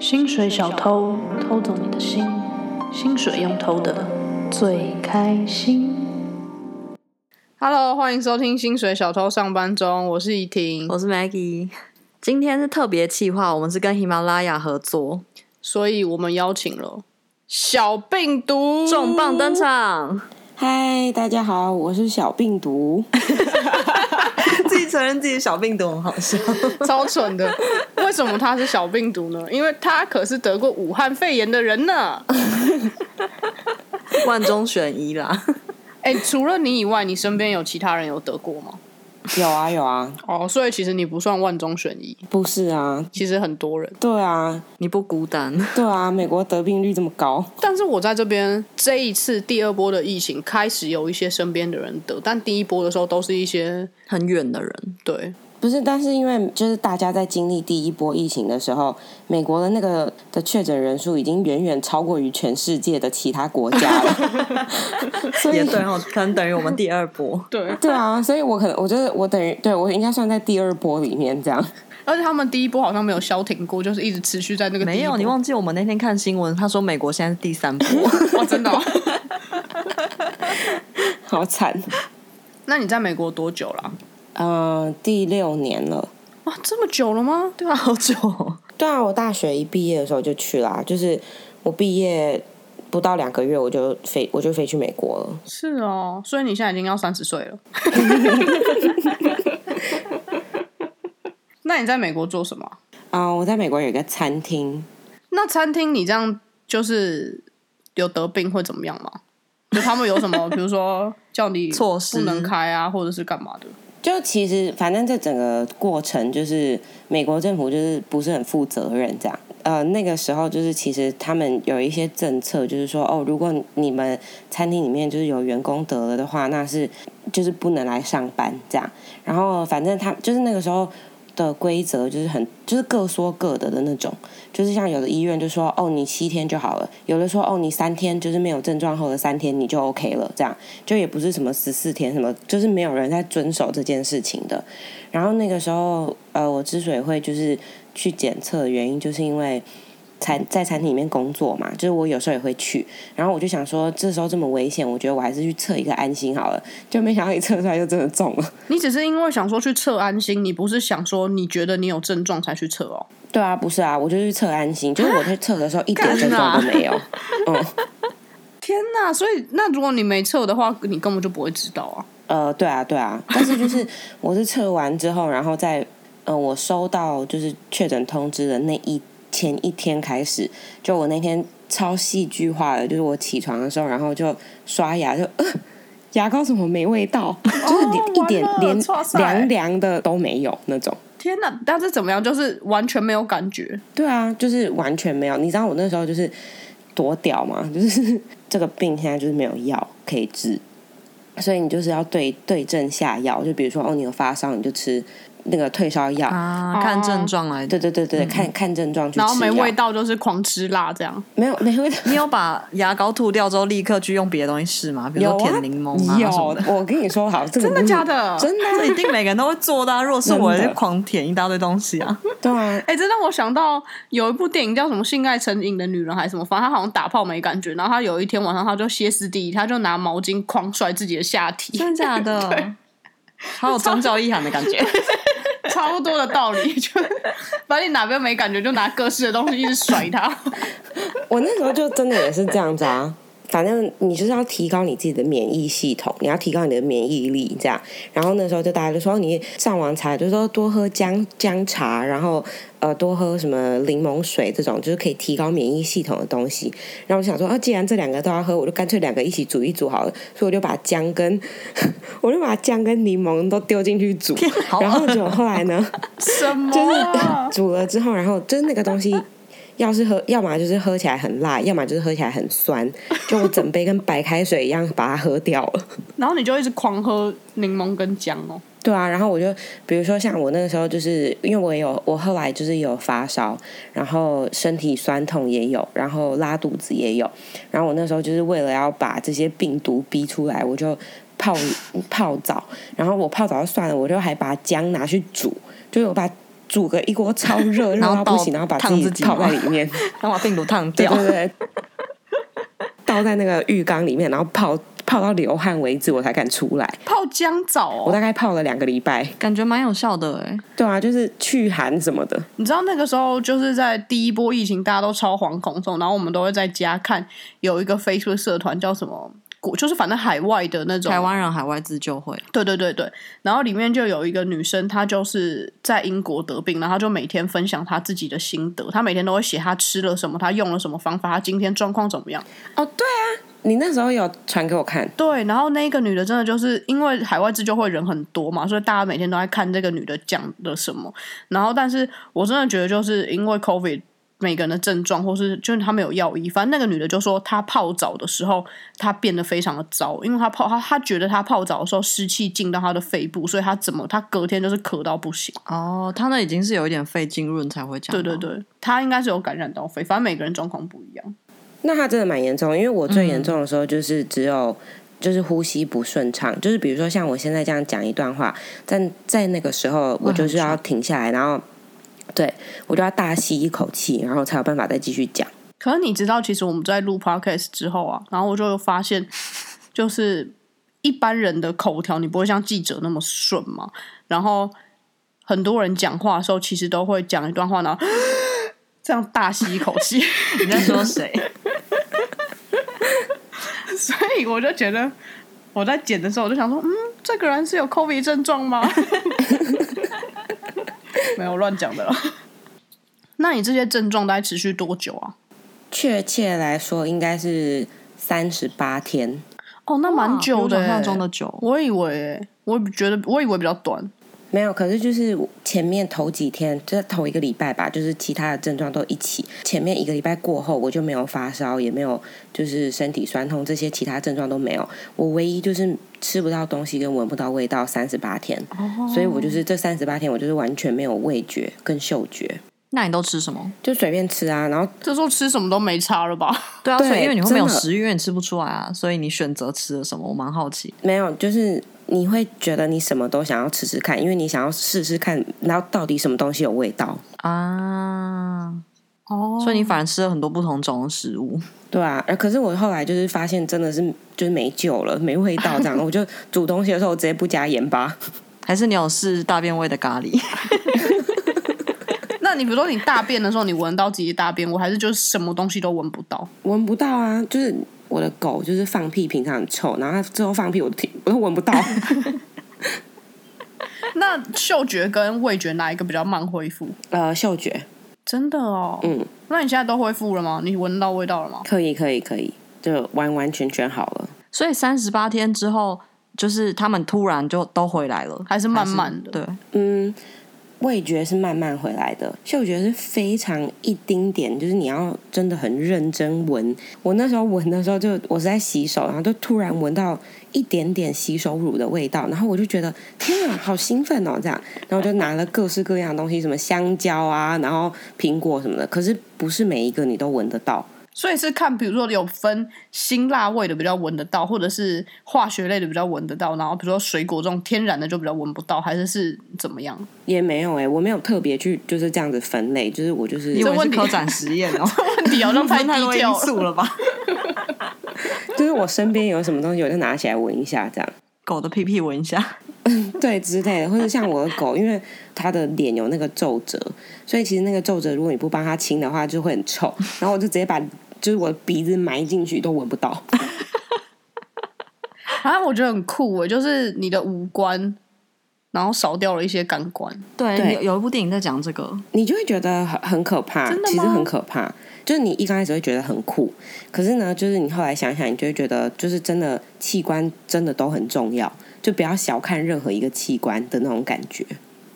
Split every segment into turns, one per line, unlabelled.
薪水小偷偷走你的心，薪水用偷的最开心。
Hello，欢迎收听《薪水小偷上班中》，我是怡婷。
我是 Maggie。今天是特别企划，我们是跟喜马拉雅合作，
所以我们邀请了小病毒
重磅登场，
嗨，大家好，我是小病毒。
自己承认自己小病毒很好笑。
超蠢的。为什么他是小病毒呢？因为他可是得过武汉肺炎的人呢。
万中选一啦，
哎、除了你以外，你身边有其他人有得过吗？
有啊有啊，
哦，所以其实你不算万中选一，
不是啊，
其实很多人。
对啊
你不孤单。
对啊，美国得病率这么高，
但是我在这边这一次第二波的疫情开始有一些身边的人得，但第一波的时候都是一些
很远的人，
对。
不是？但是因为就是大家在经历第一波疫情的时候，美国的那个的确诊人数已经远远超过于全世界的其他国家了，所以
也对哦，可能等于我们第二波
对，
对啊，所以我可能我觉得我等于对我应该算在第二波里面这样。
而且他们第一波好像没有消停过，就是一直持续在那个第一
没有，
波
你忘记我们那天看新闻，他说美国现在是第三波。
哦，真的 哦、
好惨，
那你在美国多久啦？
嗯、第六年了。
哇，这么久了吗？
对啊，好久哦、
对啊，我大学一毕业的时候就去啦，就是我毕业不到两个月，我就飞，我就飞去美国了。
是哦，所以你现在已经要三十岁 了。那你在美国做什么啊？
啊、我在美国有一个餐厅，
那餐厅你这样就是有得病会怎么样吗？就他们有什么，比如说叫你
措施
不能开啊，或者是干嘛的？
就其实反正这整个过程就是美国政府就是不是很负责任这样。呃，那个时候就是其实他们有一些政策，就是说哦，如果你们餐厅里面就是有员工得了的话，那是就是不能来上班这样。然后反正他就是那个时候的规则就是很就是各说各的的那种，就是像有的医院就说哦你七天就好了，有的说哦你三天就是没有症状后的三天你就 OK 了，这样就也不是什么十四天什么，就是没有人在遵守这件事情的。然后那个时候呃我之所以会就是去检测的原因，就是因为。餐在餐厅里面工作嘛，就是我有时候也会去，然后我就想说，这时候这么危险，我觉得我还是去测一个安心好了。就没想到一测出来就真的中了。
你只是因为想说去测安心，你不是想说你觉得你有症状才去测哦？
对啊，不是啊，我就去测安心，就是我去测的时候一点症状都没有。嗯，
天哪！所以那如果你没测的话，你根本就不会知道啊。
呃，对啊，对啊，但是就是 我是测完之后，然后再呃，我收到就是确诊通知的那一前一天开始，就我那天超戏剧化的，就是我起床的时候，然后就刷牙就。呃牙膏怎么没味道？就是连一点
哦完了
连
哇塞
凉凉的都没有那种。
天哪！但是怎么样，就是完全没有感觉。
对啊，就是完全没有。你知道我那时候就是多屌吗？ 就是这个病现在就是没有药可以治，所以你就是要对对症下药。就比如说，哦，你有发烧，你就吃那个退烧药。
啊，看症状来
对
的。
对对对，看看症状去吃
然
药。
后没味，道就是狂吃辣这样。
没有没味道。
你有把牙膏吐掉之后，立刻去用别的东西试吗？比如
有
说
啊
舔柠檬啊什么的。
有，我跟你说好，这个
真的
就是
假的
真的啊、
这一定每个人都会做的、啊。如果是我，我
真的
就狂舔一大堆东西啊。
对啊，
哎、这让我想到有一部电影叫什么《性爱成瘾的女人》还是什么，反正她好像打炮没感觉，然后她有一天晚上她就歇斯底里，她就拿毛巾狂甩自己的下体，
真的假的？好有宗教意涵的感 觉。
差不多的道理， 就反正你哪边没感觉就拿各式的东西一直甩它。
我那时候就真的也是这样子啊。反正你就是要提高你自己的免疫系统，你要提高你的免疫力，这样。然后那时候就大家就说，你上网查，就说多喝姜姜茶，然后呃多喝什么柠檬水这种，就是可以提高免疫系统的东西。然后我想说，啊，既然这两个都要喝，我就干脆两个一起煮一煮好了。所以我就把姜跟我就把姜跟柠檬都丢进去煮，
好
然后
恶
就后来呢，
什么
就是
啊、
煮了之后，然后就是那个东西，要是喝，要么就是喝起来很辣，要么就是喝起来很酸，就我整杯跟白开水一样把它喝掉了。
然后你就一直狂喝柠檬跟姜哦。
对啊，然后我就比如说像我那个时候，就是因为我也有我后来就是有发烧，然后身体酸痛也有，然后拉肚子也有，然后我那时候就是为了要把这些病毒逼出来，我就泡泡澡，然后我泡澡就算了，我就还把姜拿去煮，就是我把。煮个一锅超 热，热
然后
到不
倒
行，然后把
烫
己
自己
泡在
吗
里 面，
然后把病毒烫
对
掉。
对对，倒在那个浴缸里面，然后泡泡到流汗为止，我才敢出来。
泡姜枣
我
哦。
大概泡了两个礼拜，
感觉蛮有效的哎、
对啊，就是去寒什么的，
你知道那个时候就是在第一波疫情，大家都超惶恐中，然后我们都会在家看有一个 Facebook 社团叫什么，国就是反正海外的那种
台湾人海外自救会，
对对对对，然后里面就有一个女生，她就是在英国得病，然后她就每天分享她自己的心得，她每天都会写她吃了什么，她用了什么方法，她今天状况怎么样。
哦，对啊，你那时候有传给我看，
对，然后那一个女的真的就是因为海外自救会人很多嘛，所以大家每天都在看这个女的讲了什么。然后，但是我真的觉得就是因为 COVID。每个人的症状，或是就是她没有药医，反正那个女的就说她泡澡的时候，她变得非常的糟，因为她泡她她觉得她泡澡的时候湿气进到她的肺部，所以她怎么她隔天就是咳到不行。
哦，他那已经是有一点肺浸润才会讲。
对对，对，她应该是有感染到肺，反正每个人状况不一样。
那它真的蛮严重的，因为我最严重的时候就是只有、就是呼吸不顺畅，就是比如说像我现在这样讲一段话，在在那个时候我就是要停下来，然后对我就要大吸一口气，然后才有办法再继续讲。
可是你知道，其实我们在录 podcast 之后啊，然后我就有发现， 就是一般人的口条，你不会像记者那么顺嘛。然后很多人讲话的时候，其实都会讲一段话，然后 这样大吸一口气。
你在说 谁？
所以我就觉得我在剪的时候，我就想说，嗯，这个人是有 COVID 症状吗？ 没有乱讲的了。那你这些症状大概持续多久啊？
确切来说，应该是三十八天。
哦，那蛮久的、
比我
欸，
想象中的久。
我以为欸、我觉得我以为比较短，
没有，可是就是前面头几天，就是头一个礼拜吧，就是其他的症状都一起。前面一个礼拜过后，我就没有发烧，也没有就是身体酸痛这些其他症状都没有。我唯一就是吃不到东西跟闻不到味道三十八天，所以我就是这三十八天我就是完全没有味觉跟嗅觉，
那你都吃什么？
就随便吃啊。然后
这时候吃什么都没差了吧？
对啊，
对
所以因为你会没有
真的
食欲，因为你吃不出来啊，所以你选择吃了什么？我蛮好奇。
没有，就是你会觉得你什么都想要吃吃看，因为你想要试试看，然后到底什么东西有味道。
啊，
哦
所以你反而吃了很多不同种的食物，
对啊，呃可是我后来就是发现，真的是就是没救了，没味道 这样。我就煮东西的时候，我直接不加盐巴。
还是你有试大便味的咖喱？
那你比如说你大便的时候，你闻到自己的大便，我还是就是什么东西都闻不到。
闻不到啊，就是我的狗就是放屁，平常很臭，然后它之后放屁我都听我都闻不到。
那嗅觉跟味觉哪一个比较慢恢复？
呃，嗅觉，
真的哦，
嗯，
那你现在都恢复了吗？你闻到味道了吗？
可以可以可以，就完完全全好了。
所以三十八天之后，就是他们突然就都回来了，
还是慢慢的
对，
嗯，味觉是慢慢回来的，嗅觉是非常一丁点，就是你要真的很认真闻。我那时候闻的时候就，我是在洗手，然后就突然闻到一点点洗手乳的味道，然后我就觉得天啊，好兴奋哦，这样，然后就拿了各式各样的东西，什么香蕉啊，然后苹果什么的，可是不是每一个你都闻得到。
所以是看，比如说有分辛辣味的比较闻得到，或者是化学类的比较闻得到，然后比如说水果这种天然的就比较闻不到，还是是怎么 样？
也没有哎、我没有特别去就是这样子分类，就是我就是
因
这
为
问
是
题
科展实验 哦，
问题好像太低
太多因
调
素
了。
了吧？
就是我身边有什么东西我就拿起来闻一下这样。
狗的屁屁闻一下，
对之类的，或者像我的狗，因为它的脸有那个皱褶，所以其实那个皱褶如果你不帮它清的话，就会很臭。然后我就直接把就是我的鼻子埋进去都闻不到。
啊，我觉得很酷诶，就是你的五官，然后少掉了一些感官。
对，
对
有有一部电影在讲这个，
你就会觉得很很可怕，
真的吗
其实很可怕。就是你一刚开始会觉得很酷，可是呢，就是你后来想想，你就会觉得，就是真的器官真的都很重要，就不要小看任何一个器官的那种感觉。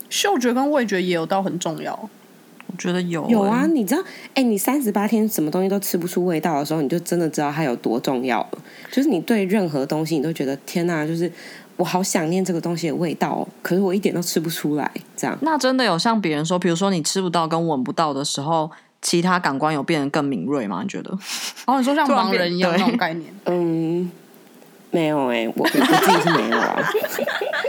嗅觉跟味觉也有到很重要，
我觉得有
有
欸
啊，你知道，哎、你三十八天什么东西都吃不出味道的时候，你就真的知道它有多重要了。就是你对任何东西，你都觉得天哪、就是我好想念这个东西的味道、哦，可是我一点都吃不出来。这样，
那真的有像别人说，比如说你吃不到跟闻不到的时候，其他感官有变得更敏锐哦吗？你 觉得？
然后你说像
突然
盲
变
人一样那种
对
概念，
嗯，欸 没有哎、我我自己是没有啊，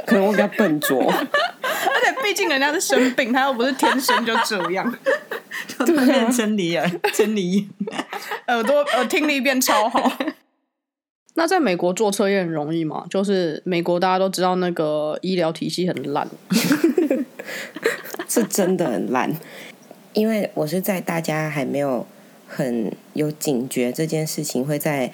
可能我比较笨拙。
而且病毕竟人家是生病，他又不是天生就这样。
突然变千里眼，千里眼。
耳朵呃听力变超好。 那在美国做测验很容易吗？就是美国大家都知道那个医疗体系很烂，
是真的很烂。 因为我是在大家还没有很有警觉这件事情会在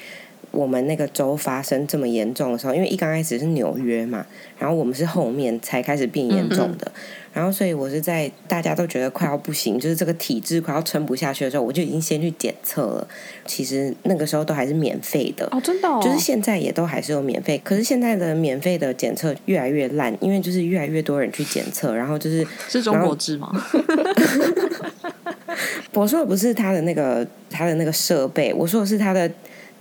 我们那个州发生这么严重的时候，因为一刚开始是纽约嘛，然后我们是后面才开始变严重的，然后所以我是在大家都觉得快要不行，就是这个体制快要撑不下去的时候，我就已经先去检测了。其实那个时候都还是免费的，
哦，真的、哦
就是现在也都还是有免费，可是现在的免费的检测越来越烂，因为就是越来越多人去检测，然后就是
是中国制 吗？
我说的不是他的那个他的那个设备，我说的是他的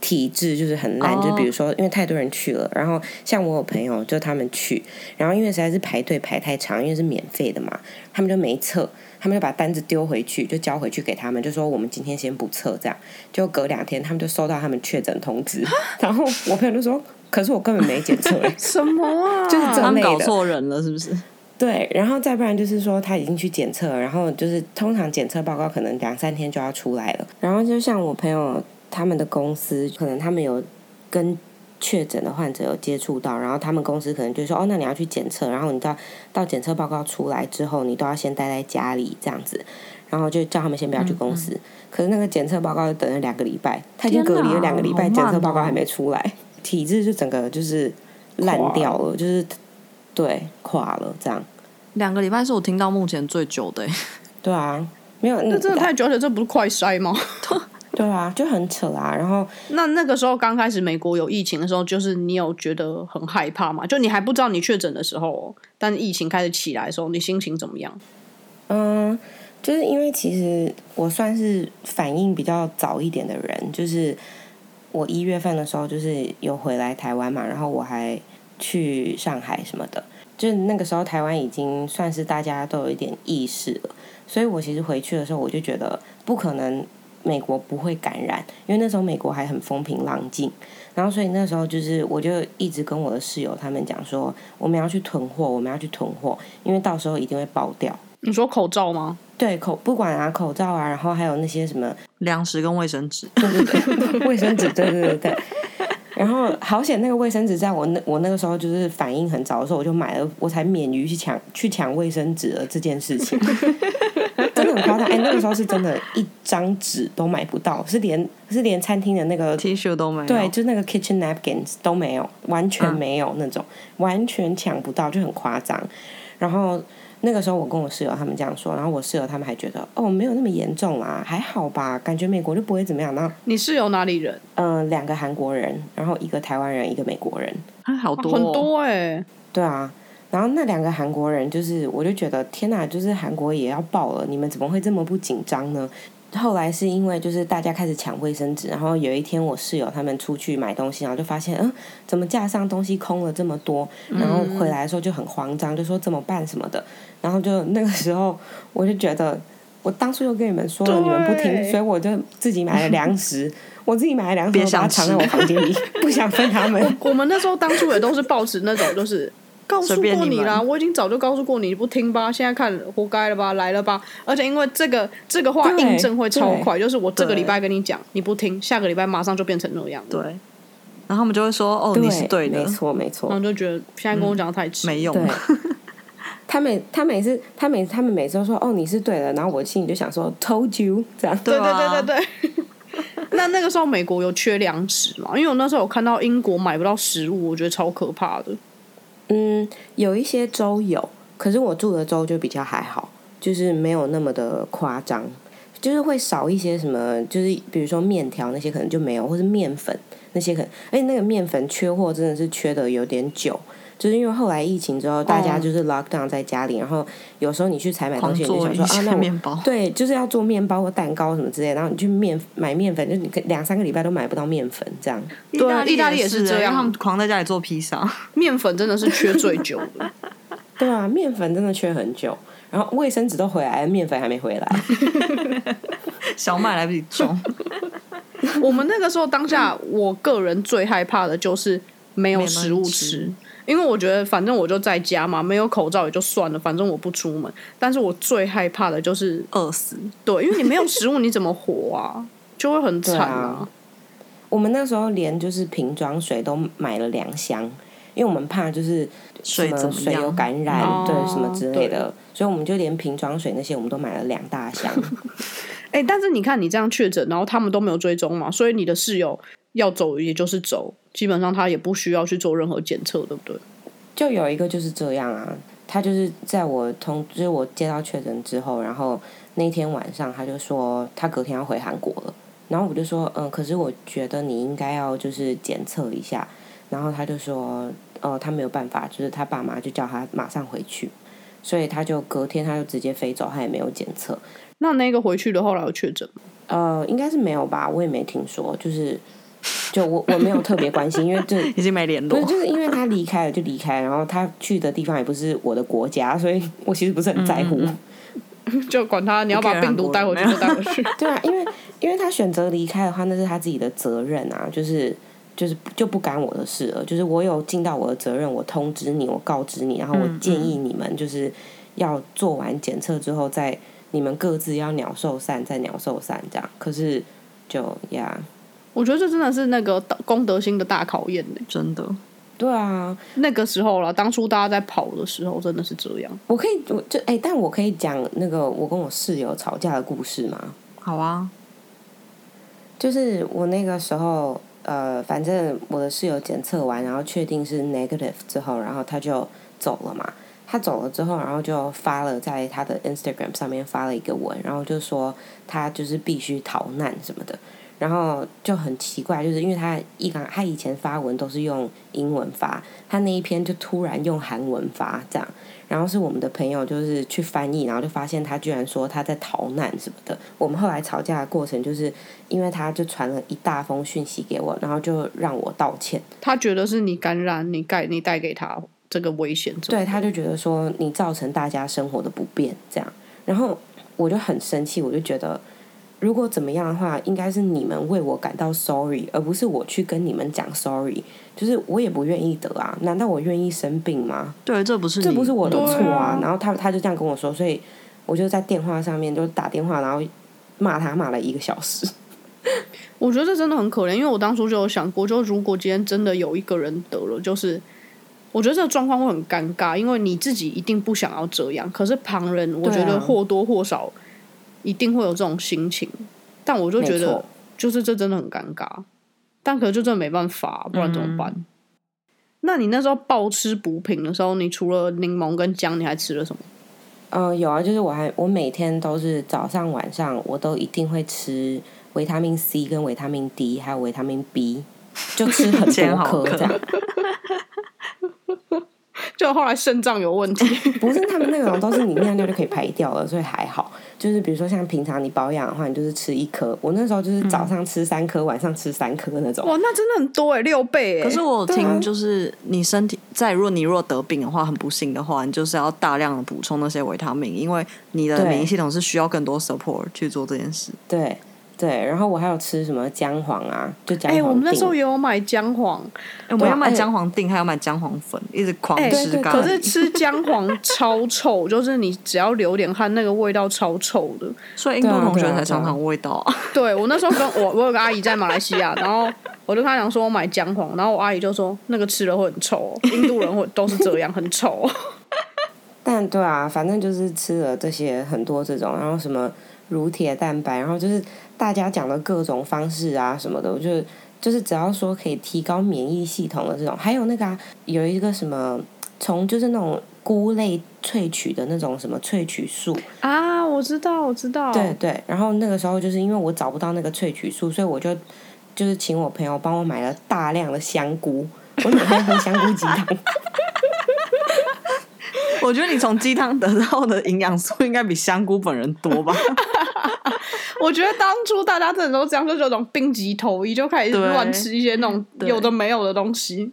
体制就是很烂
哦
就比如说因为太多人去了，然后像我有朋友就他们去，然后因为实在是排队排太长，因为是免费的嘛，他们就没测，他们就把单子丢回去，就交回去给他们，就说我们今天先不测，这样就隔两天他们就收到他们确诊通知，然后我朋友就说，可是我根本没 检测、欸
什么 啊？
就是这
他们
类
搞
的
错人了，是不是？
对，然后再不然就是说他已经去检测了，然后就是通常检测报告可能两三天就要出来了。然后就像我朋友他们的公司，可能他们有跟确诊的患者有接触到，然后他们公司可能就说哦，那你要去检测，然后你到到检测报告出来之后，你都要先待在家里这样子，然后就叫他们先不要
嗯
去公司。可是那个检测报告等了两个礼拜，他已经
天
隔
哪
离了两个礼拜，
好慢
检测报告
哦
还没出来，体质就整个就是烂掉了，就是对垮了这样。
两个礼拜是我听到目前最久的、欸，
对啊，没有，
这
嗯
真的太久，而且这不是快筛吗？
对啊，就很扯啊。然后
那那个时候刚开始美国有疫情的时候，就是你有觉得很害怕吗？就你还不知道你确诊的时候哦，但疫情开始起来的时候，你心情怎么样？
嗯，就是因为其实我算是反应比较早一点的人，就是我一月份的时候就是有回来台湾嘛，然后我还去上海什么的，就是那个时候台湾已经算是大家都有一点意识了，所以我其实回去的时候我就觉得不可能。美国不会感染，因为那时候美国还很风平浪静，然后所以那时候就是我就一直跟我的室友他们讲说，我们要去囤货，我们要去囤货，因为到时候一定会爆掉。
你说口罩吗？
对口不管啊口罩啊，然后还有那些什么
粮食跟卫生 纸。
对对对卫生纸，对对对对。然后好险那个卫生纸，在我那我那个时候就是反应很早的时候，我就买了，我才免于去抢去抢卫生纸了这件事情，真的很夸张。哎，那个时候是真的，一张纸都买不到，是连是连餐厅的那个
T 恤都没有，
对，就那个 kitchen napkins 都没有，完全没有那种，完全抢不到，就很夸张。然后那个时候我跟我室友他们这样说，然后我室友他们还觉得哦没有那么严重啦，还好吧，感觉美国就不会怎么样。然后
你是有哪里人？
嗯、呃两个韩国人，然后一个台湾人，一个美国人，
哎好多、哦、
很多哎、
对啊。然后那两个韩国人，就是我就觉得天哪，就是韩国也要爆了，你们怎么会这么不紧张呢？后来是因为就是大家开始抢卫生纸，然后有一天我室友他们出去买东西，然后就发现，嗯，怎么架上东西空了这么多？然后
嗯
回来的时候就很慌张，就说怎么办什么的。然后就那个时候我就觉得，我当初就跟你们说了，
对
你们不听，所以我就自己买了粮食， 我自己买了粮食，
别
我把
想
它藏
吃
在我房间里， 不想分他们。
我们那时候当初也都是抱持那种就是。告诉
随便
过
你
啦，
们
我已经早就告诉过你，你不听吧？现在看活该了吧，来了吧？而且因为这个这个话
对
印证会超
对
快，就是我这个
对
礼拜跟你讲，你不听，下个礼拜马上就变成那样了。
对，然后他们就会说：“哦， 你是对
没
的，
错没错
然后。就觉得现在跟我讲的太迟，
没用。
对， 他每他每次他每他们每次都说哦你是对的，然后我心里就想说 told you 这样。
对
对啊
对对对 对。那那个时候美国有缺粮食嘛？因为我那时候有看到英国买不到食物，我觉得超可怕的。
嗯，有一些州有，可是我住的州就比较还好，就是没有那么的夸张，就是会少一些什么，就是比如说面条那些可能就没有，或是面粉那些可能，而且那个面粉缺货真的是缺的有点久。就是因为后来疫情之后，大家就是 lock down 在家里，然后有时候你去采买东
哦狂
西，你就
做
想
一
说啊，
些
那我
面包。
对，就是要做面包或蛋糕什么之类的，然后你去面买面粉，就你可两三个礼拜都买不到面粉，这样
对意大利也是
啊是
这样
因为他们狂在家里做披萨。
面粉真的是缺最久的，
对啊，面粉真的缺很久，然后卫生纸都回来了，面粉还没回来。
小麦来不及种，
我们那个时候当下，我个人最害怕的就是没有食物
没有
吃
人。
因为我觉得反正我就在家嘛，没有口罩也就算了，反正我不出门。但是我最害怕的就是
饿死。
对，因为你没有食物，你怎么活啊？就会很惨
对啊。我们那时候连就是瓶装水都买了两箱，因为我们怕 就是什
水怎
么
么
水有
样？
感染，
哦
对什么之类
对
的，所以我们就连瓶装水那些我们都买了两大箱。
哎、但是你看你这样确诊，然后他们都没有追踪嘛，所以你的室友要走也就是走，基本上他也不需要去做任何检测，对不对？
就有一个就是这样啊，他就是在我通，就是我接到确诊之后，然后那天晚上他就说他隔天要回韩国了，然后我就说嗯，可是我觉得你应该要就是检测一下，然后他就说哦、他没有办法，就是他爸妈就叫他马上回去，所以他就隔天他就直接飞走，他也没有检测，
那那个回去的后来有确诊吗，
呃，应该是没有吧，我也没听说，就是就我我没有特别关心，因为这
已经没联
不
络
是，。就是因为他离开了就离开了，然后他去的地方也不是我的国家，所以我其实不是很在乎。
就管他，你要把
care
病毒带回去就带回去。
对啊，因为因为他选择离开的话，那是他自己的责任啊，就是就是就不干我的事了。就是我有尽到我的责任，我通知你，我告知你，然后我建议你们就是要做完检测之后再，你们各自要鸟兽散，再鸟兽散这样。可是就呀
我觉得这真的是那个道公德心的大考验呢、
真的，
对啊，
那个时候了，当初大家在跑的时候，真的是这样。
我可以我就哎、但我可以讲那个我跟我室友吵架的故事吗？
好啊，
就是我那个时候，呃，反正我的室友检测完，然后确定是 negative 之后，然后他就走了嘛。他走了之后，然后就发了在他的 Instagram 上面发了一个文，然后就说他就是必须逃难什么的。然后就很奇怪，就是因为他一刚他以前发文都是用英文发，他那一篇就突然用韩文发这样。然后是我们的朋友就是去翻译，然后就发现他居然说他在逃难什么的。我们后来吵架的过程就是因为他就传了一大封讯息给我，然后就让我道歉。
他觉得是你感染，你带你带给他这个危险。
对，他就觉得说你造成大家生活的不便这样，然后我就很生气，我就觉得如果怎么样的话，应该是你们为我感到 sorry，而不是我去跟你们讲 sorry，就是我也不愿意得啊，难道我愿意生病吗？
对，这不是
这
你
不是我的错
对
啊
啊。
然后他他就这样跟我说，所以我就在电话上面就打电话，然后骂他骂了一个小时。
我觉得这真的很可怜，因为我当初就有想过，就如果今天真的有一个人得了，就是我觉得这个状况会很尴尬，因为你自己一定不想要这样，可是旁人我觉
对
得
啊
或多或少一定会有这种心情，但我就觉
没
得
错
就是这真的很尴尬，但可能就真的没办法，不然怎么办？那你那时候暴吃补品的时候，你除了柠檬跟姜，你还吃了什么？
嗯、有啊，就是我还我每天都是早上晚上我都一定会吃维他命 C 跟维他命 D 还有维他命 B，就吃 很
煎
多
好
颗
渴
这样。
就后来肾脏有问题，
不是他们那种都是你尿尿就可以排掉了，所以还好。就是比如说像平常你保养的话，你就是吃一颗。我那时候就是
嗯
早上吃三颗，晚上吃三颗那 种。
哇，那真的很多哎、六倍哎、
可是我
啊
有听，就是你身体再若你若得病的话，很不幸的话，你就是要大量的补充那些维他命，因为你的
对
免疫系统是需要更多 support 去做这件事。
对对，然后我还有吃什么姜黄啊，就姜
哎、
黄
我们那时候
饼
也有买姜黄，
哎我们要
啊而
买
且
姜黄锭，还要买姜黄粉，一直狂
哎
吃
对
咖
可
喱。
是吃姜黄超臭，就是你只要流点汗，那个味道超臭的。
所以印度
对啊
同学
对啊
才常
对啊
常味道啊。
对我那时候跟我 我有个阿姨在马来西亚，然后我就跟她讲说我买姜黄，然后我阿姨就说那个吃了会很臭，哦印度人会都是这样，很 臭。哦
但对啊，反正就是吃了这些很多这种，然后什么乳铁蛋白，然后就是大家讲的各种方式啊什么的，我就就是只要说可以提高免疫系统的这种，还有那个、啊、有一个什么从就是那种菇类萃取的那种什么萃取素，
啊，我知道，我知道，
对对，然后那个时候就是因为我找不到那个萃取素，所以我就就是请我朋友帮我买了大量的香菇，我每天喝香菇鸡汤。
我觉得你从鸡汤得到的营养素应该比香菇本人多吧？
我觉得当初大家真的都这样，就是有种病急投医，就开始
对
乱吃一些那种
对
有的没有的东西。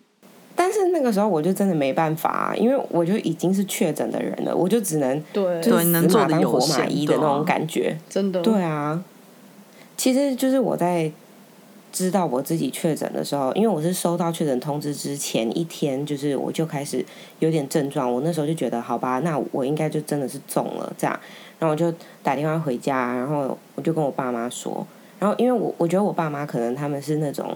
但是那个时候我就真的没办法、啊，因为我就已经是确诊的人了，我就只能
对，
就是
能
死
做
马
的
当
有
活马
限
医
对
的
啊
那种感觉。
真的，
对啊，其实就是我在知道我自己确诊的时候，因为我是收到确诊通知之前一天，就是我就开始有点症状，我那时候就觉得好吧，那我应该就真的是中了这样，然后我就打电话回家，然后我就跟我爸妈说，然后因为我我觉得我爸妈可能他们是那种，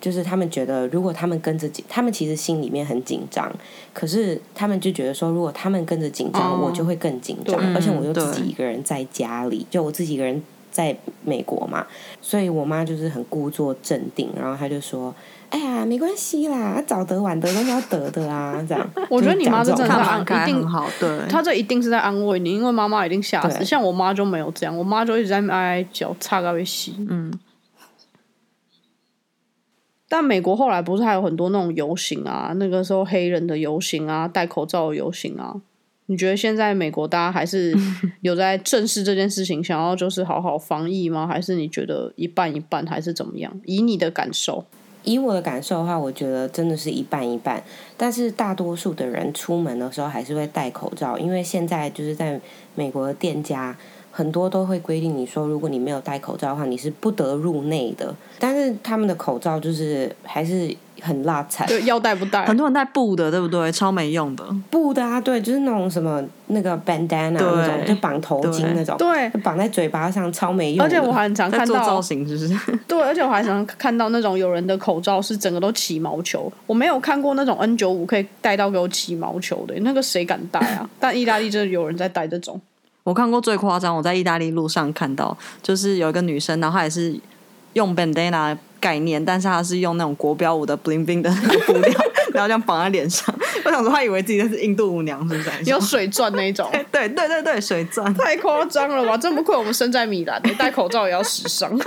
就是他们觉得如果他们跟着紧，他们其实心里面很紧张，可是他们就觉得说如果他们跟着紧张，
哦
我就会更紧张，
对，
而且我又
嗯对
自己一个人在家里，就我自己一个人在美国嘛，所以我妈就是很故作镇定，然后她就说：“哎呀，没关系啦，啊早得晚得都是要得的啊。”这样
我觉得你妈
就是
真的
讲这种
看
话
法
一定
很好， 对，
他这一定是在安慰你，因为妈妈一定吓死。
对
像我妈就没有这样，我妈就一直在那边哀哀叫，差到被吸。
嗯，
但美国后来不是还有很多那种游行啊，那个时候黑人的游行啊，戴口罩的游行啊。你觉得现在美国大家还 是有在正视这件事情，想要就是好好防疫吗？还是你觉得一半一半，还是怎么样？以你的感受，
以我的感受的话，我觉得真的是一半一半。但是大多数的人出门的时候还是会戴口罩，因为现在就是在美国的店家很多都会规定你说，如果你没有戴口罩的话，你是不得入内的。但是他们的口罩就是还是很辣惨，
就要戴不戴？
很多人戴布的，对不对？超没用的，
布的啊，对，就是那种什么那个 bandana 啊
对
那种，就绑头巾
对
那种，
对，
绑在嘴巴上超没用的。
而且我还很常
在
看
做造
到，
型是不是？
对，而且我还常看到那种有人的口罩是整个都起毛球，我没有看过那种 N 九五可以戴到给我起毛球的，那个谁敢戴啊？但意大利真的有人在戴这种，
我看过最夸张，我在意大利路上看到，就是有一个女生，然后她也是用 bandana 概念，但是她是用那种国标舞的 bling bling 的 那个布料，然后这样绑在脸上。我想说，她以为自己是印度舞娘，是不是？
有水钻那种。
对对对对，水钻
太夸张了吧！真不愧我们身在米兰，你戴口罩也要时尚。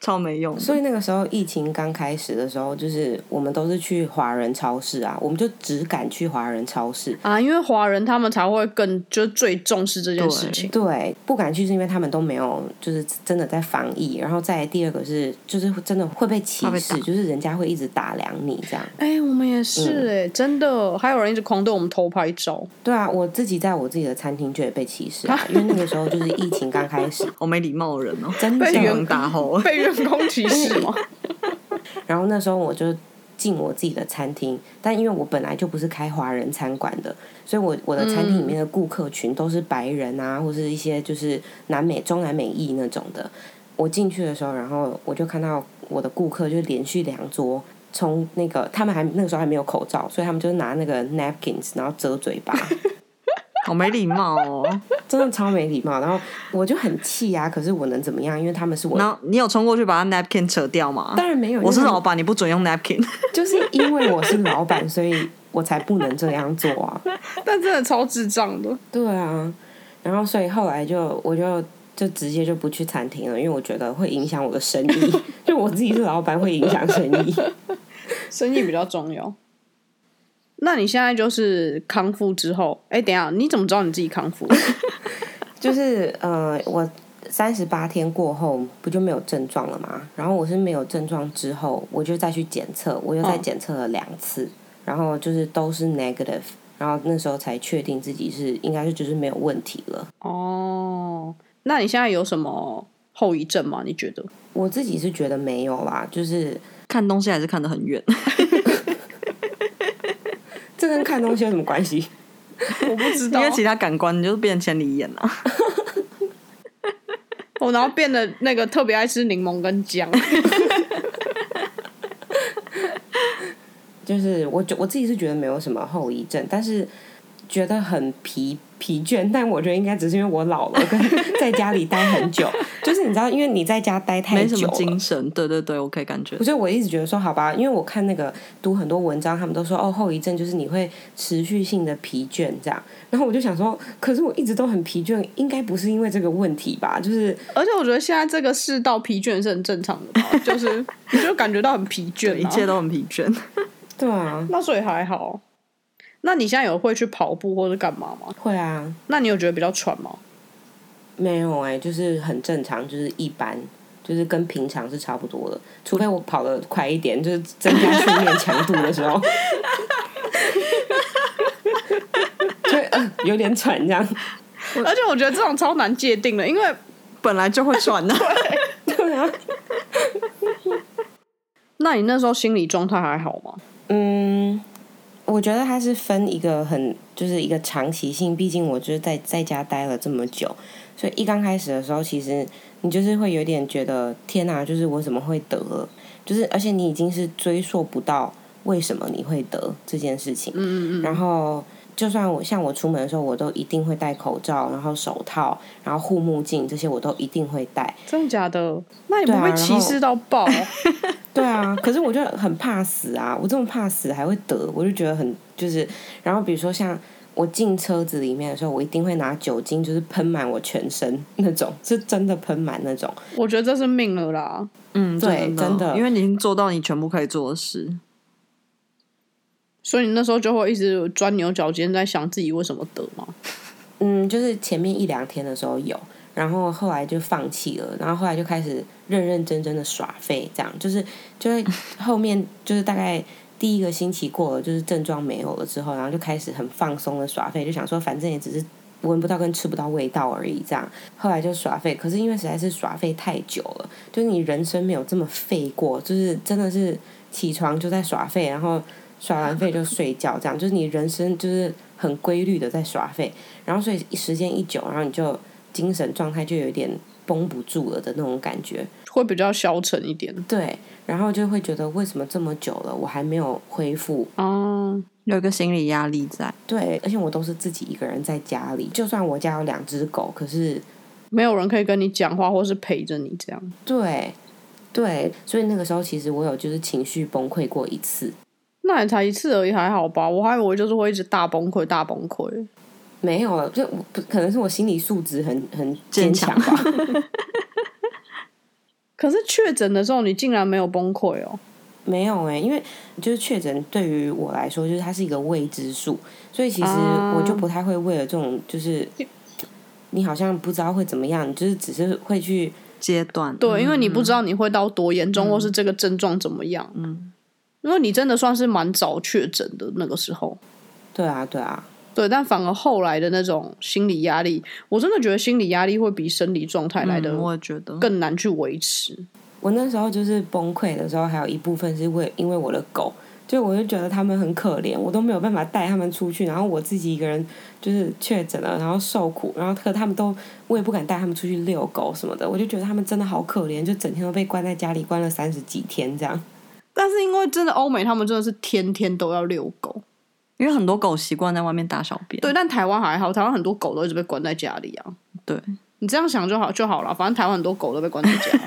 超没用的。
所以那个时候疫情刚开始的时候，就是我们都是去华人超市啊，我们就只敢去华人超市。
啊，因为华人他们才会更就是最重视这件事情。
对，不敢去是因为他们都没有，就是真的在防疫。然后再来第二个是，就是真的会被歧
会被打
视，就是人家会一直打量你这样。
哎、我们也是哎、真的，还有人一直狂对我们偷拍照。
对啊，我自己在我自己的餐厅就也被歧视啊，因为那个时候就是疫情刚开始，
我没礼貌的人哦，
真 的
被员
人大吼。
被员工歧视吗？
然后那时候我就进我自己的餐厅，但因为我本来就不是开华人餐馆的，所以我我的餐厅里面的顾客群都是白人啊，或是一些就是南美、中啊南美裔那种的。我进去的时候，然后我就看到我的顾客就连续两桌。从那个他们还那个时候还没有口罩，所以他们就拿那个 napkins 然后遮嘴 巴，
好没礼貌哦！
真的超没礼貌。然后我就很气啊，可是我能怎么样？因为他们是 我，
然后你有冲过去把他 napkin 扯掉吗？
当然没有，
我是
因为他们
老板，你不准用 napkin。
就是因为我是老板，所以我才不能这样做啊。
但真的超智障的。
对啊，然后所以后来就我就就直接就不去餐厅了，因为我觉得会影响我的生意， 就我自己是老板会影响生意。
生意比较重要。那你现在就是康复之后，哎、等一下，你怎么知道你自己康 复？
就是呃，我三十八天过后不就没有症状了吗？然后我是没有症状之后，我就再去检测，我又再
嗯
检测了两次，然后就是都是 negative，然后那时候才确定自己是应该是就是没有问题了。
哦，那你现在有什么后遗症吗？你觉得？
我自己是觉得没有啦，就是
看东西还是看得很远，
这跟看东西有什么关系？
我不知
啊
因
道
为其他感官你就是变千里眼了、啊。
我哦然后变得那个特别爱吃柠檬跟姜。
就是我觉我自己是觉得没有什么后遗症，但是觉得很疲疲倦。 但我觉得应该只是因为我老了， 跟在家里待很久。就是你知道，因为你在家待太
没什
久
么
了啊
精。神。对对对，我可以感觉
不。是，我一直觉得说好吧，因为我看那个读很多文章，他们都说哦，后遗症就是你会持续性的疲倦这样。然后我就想说，可是我一直都很疲倦，应该不是因为这个问题吧？就是
而且我觉得现在这个世道疲倦是很正常的 吧，就是你就感觉到很疲倦、啊，
一切都很疲倦。
对啊，
那所以还好。那你现在有会去跑步或者干嘛吗？
会啊，
那你有觉得比较喘吗？
没有哎、就是很正常，就是一般，就是跟平常是差不多的，除非我跑得快一点，就是增加训练强度的时候， 就、呃、有点喘这样。
而且我觉得这种超难界定的，因为
啊 本来就会喘的、
对啊，
那你那时候心理状态还好吗？
嗯，我觉得它是分一个很就是一个长期性，毕竟我就是在在家待了这么久，所以一刚开始的时候，其实你就是会有点觉得天哪、就是我怎么会得了？就是而且你已经是追溯不到为什么你会得这件事情。嗯嗯嗯。然后就算我像我出门的时候，我都一定会戴口罩，然后手套，然后护目镜这些我都一定会戴。
真的假的？那你
对
不
啊
被
然
歧
后
视到爆？
对啊，可是我就很怕死啊！我这么怕死还会得，我就觉得很就是，然后比如说像我进车子里面的时候，我一定会拿酒精就是喷满我全身那种，是真的喷满那种。
我觉得这是命了啦。
嗯，
对真的
因为你已经做到你全部可以做的事。
所以你那时候就会一直钻牛角尖，在想自己为什么得吗？
嗯，就是前面一两天的时候有，然后后来就放弃了，然后后来就开始认认真真的耍废，这样就是就会后面就是大概第一个星期过了，就是症状没有了之后，然后就开始很放松的耍废，就想说反正也只是闻不到跟吃不到味道而已，这样后来就耍废，可是因为实在是耍废太久了，就是你人生没有这么废过，就是真的是起床就在耍废，然后耍完废就睡觉，这样就是你人生就是很规律的在耍废。然后所以时间一久，然后你就精神状态就有点绷不住了的那种感觉，
会比较消沉一点
对，然后就会觉得为什么这么久了我还没有恢复？
哦。
有一个心理压力在，
对，而且我都是自己一个人在家里，就算我家有两只狗，可是
没有人可以跟你讲话，或是陪着你这样。
对对，所以那个时候其实我有就是情绪崩溃过一次，
那也才一次而已，还好吧？我还以为就是会一直大崩溃、大崩溃。
没有，就我不可能是我心理素质很很
坚
坚
强
强吧。
可是确诊的时候，你竟然没有崩溃哦！
没有哎、因为就是确诊对于我来说，就是它是一个未知数，所以其实
啊
我就不太会为了这种就是你好像不知道会怎么样，你就是只是会去
阶段。
嗯
对，因为你不知道你会到多严重，或是这个症状怎么样。嗯，因为你真的算是蛮早确诊的那个时候。
对啊对啊，
对，但反而后来的那种心理压力，我真的觉得心理压力会比生理状态来的
嗯我也觉得
更难去维持。
我那时候就是崩溃的时候，还有一部分是为因为我的狗，就我就觉得它们很可怜，我都没有办法带它们出去，然后我自己一个人就是确诊了，然后受苦，然后可他们都我也不敢带他们出去遛狗什么的，我就觉得他们真的好可怜，就整天都被关在家里，关了三十几天这样。
但是因为真的欧美他们真的是天天都要遛狗，
因为很多狗习惯在外面大小便。
对，但台湾还好，台湾很多狗都一直被关在家里啊。
对，
你这样想就好就好了，反正台湾很多狗都被关在 家，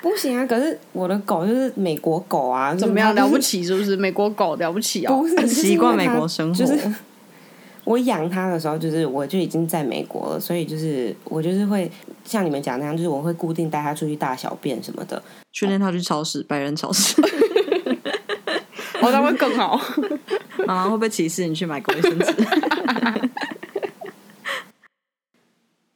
不行啊！可是我的狗就是美国狗 啊，
怎么样
就是它
了不？起是不是？美国狗了不起啊？
不是就是
习惯
因为它
美国生活
就是我养它的时候，就是我就已经在美国了，所以就是我就是会像你们讲那样，就是我会固定带它出去大小便什么的。
训练它去超市，白人超市，
哦，那会更好。
妈妈会不会歧视你去买狗卫生 纸？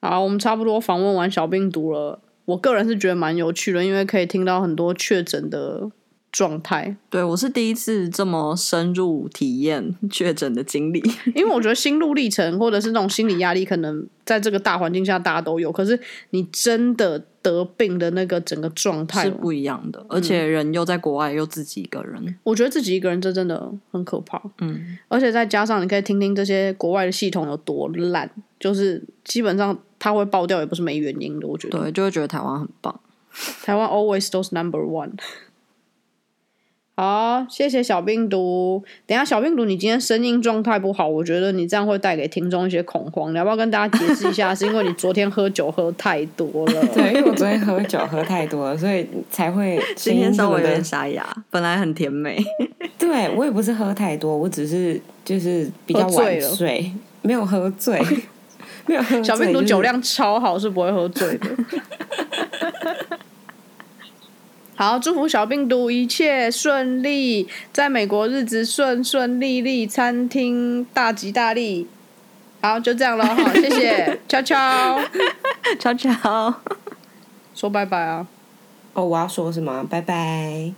好，我们差不多访问完小病毒了。我个人是觉得蛮有趣的，因为可以听到很多确诊的状态。
对我是第一次这么深入体验确诊的经历。
因为我觉得心路历程或者是那种心理压力，可能在这个大环境下大家都有。可是你真的得病的那个整个状态
是，不一样的，而且人又在国外，又自己一个人，
我觉得自己一个人这真的很可怕。
嗯，
而且再加上你可以听听这些国外的系统有多烂，就是基本上它会爆掉也不是没原因的。我觉得
对，就会觉得台湾很棒。
台湾 always 都是 number one。好，谢谢小病毒。等一下，小病毒，你今天声音状态不好，我觉得你这样会带给听众一些恐慌。你要不要跟大家解释一下？是因为你昨天喝酒喝太多了。
对，因为我昨天 喝酒喝太多了，所以才会
今天稍微有
声音这么
点
的
沙哑，本来很甜 美，
对我也不是喝太多，我只是就是比较
喝醉
晚
了
睡，没有喝醉， 没有喝 醉。
小病毒
就是
酒量超好，是不会喝醉的。好，祝福小病毒一切顺利，在美国日子顺顺利利，餐厅大吉大利。好，就这样了，好，谢谢，悄悄
悄悄。
说拜拜啊！
哦，我要说什么？拜拜。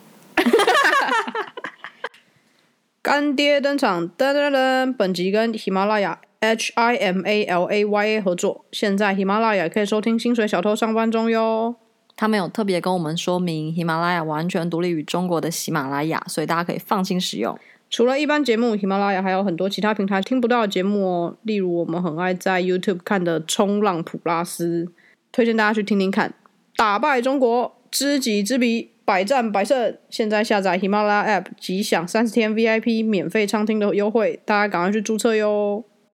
干爹登场，噔噔噔！本集跟喜马拉雅 H I M A L A Y A 合作，现在喜马拉雅可以收听《薪水小偷上班中》哟。
他们有特别跟我们说明，喜马拉雅完全独立于中国的喜马拉雅，所以大家可以放心使用。
除了一般节目，喜马拉雅还有很多其他平台听不到的节目哦，例如我们很爱在 YouTube 看的《冲浪普拉斯》，推荐大家去听听看。打败中国，知己知彼，百战百胜。现在下载喜马拉雅 App，即享三十天 VIP 免费畅听的优惠，大家赶快去注册哟。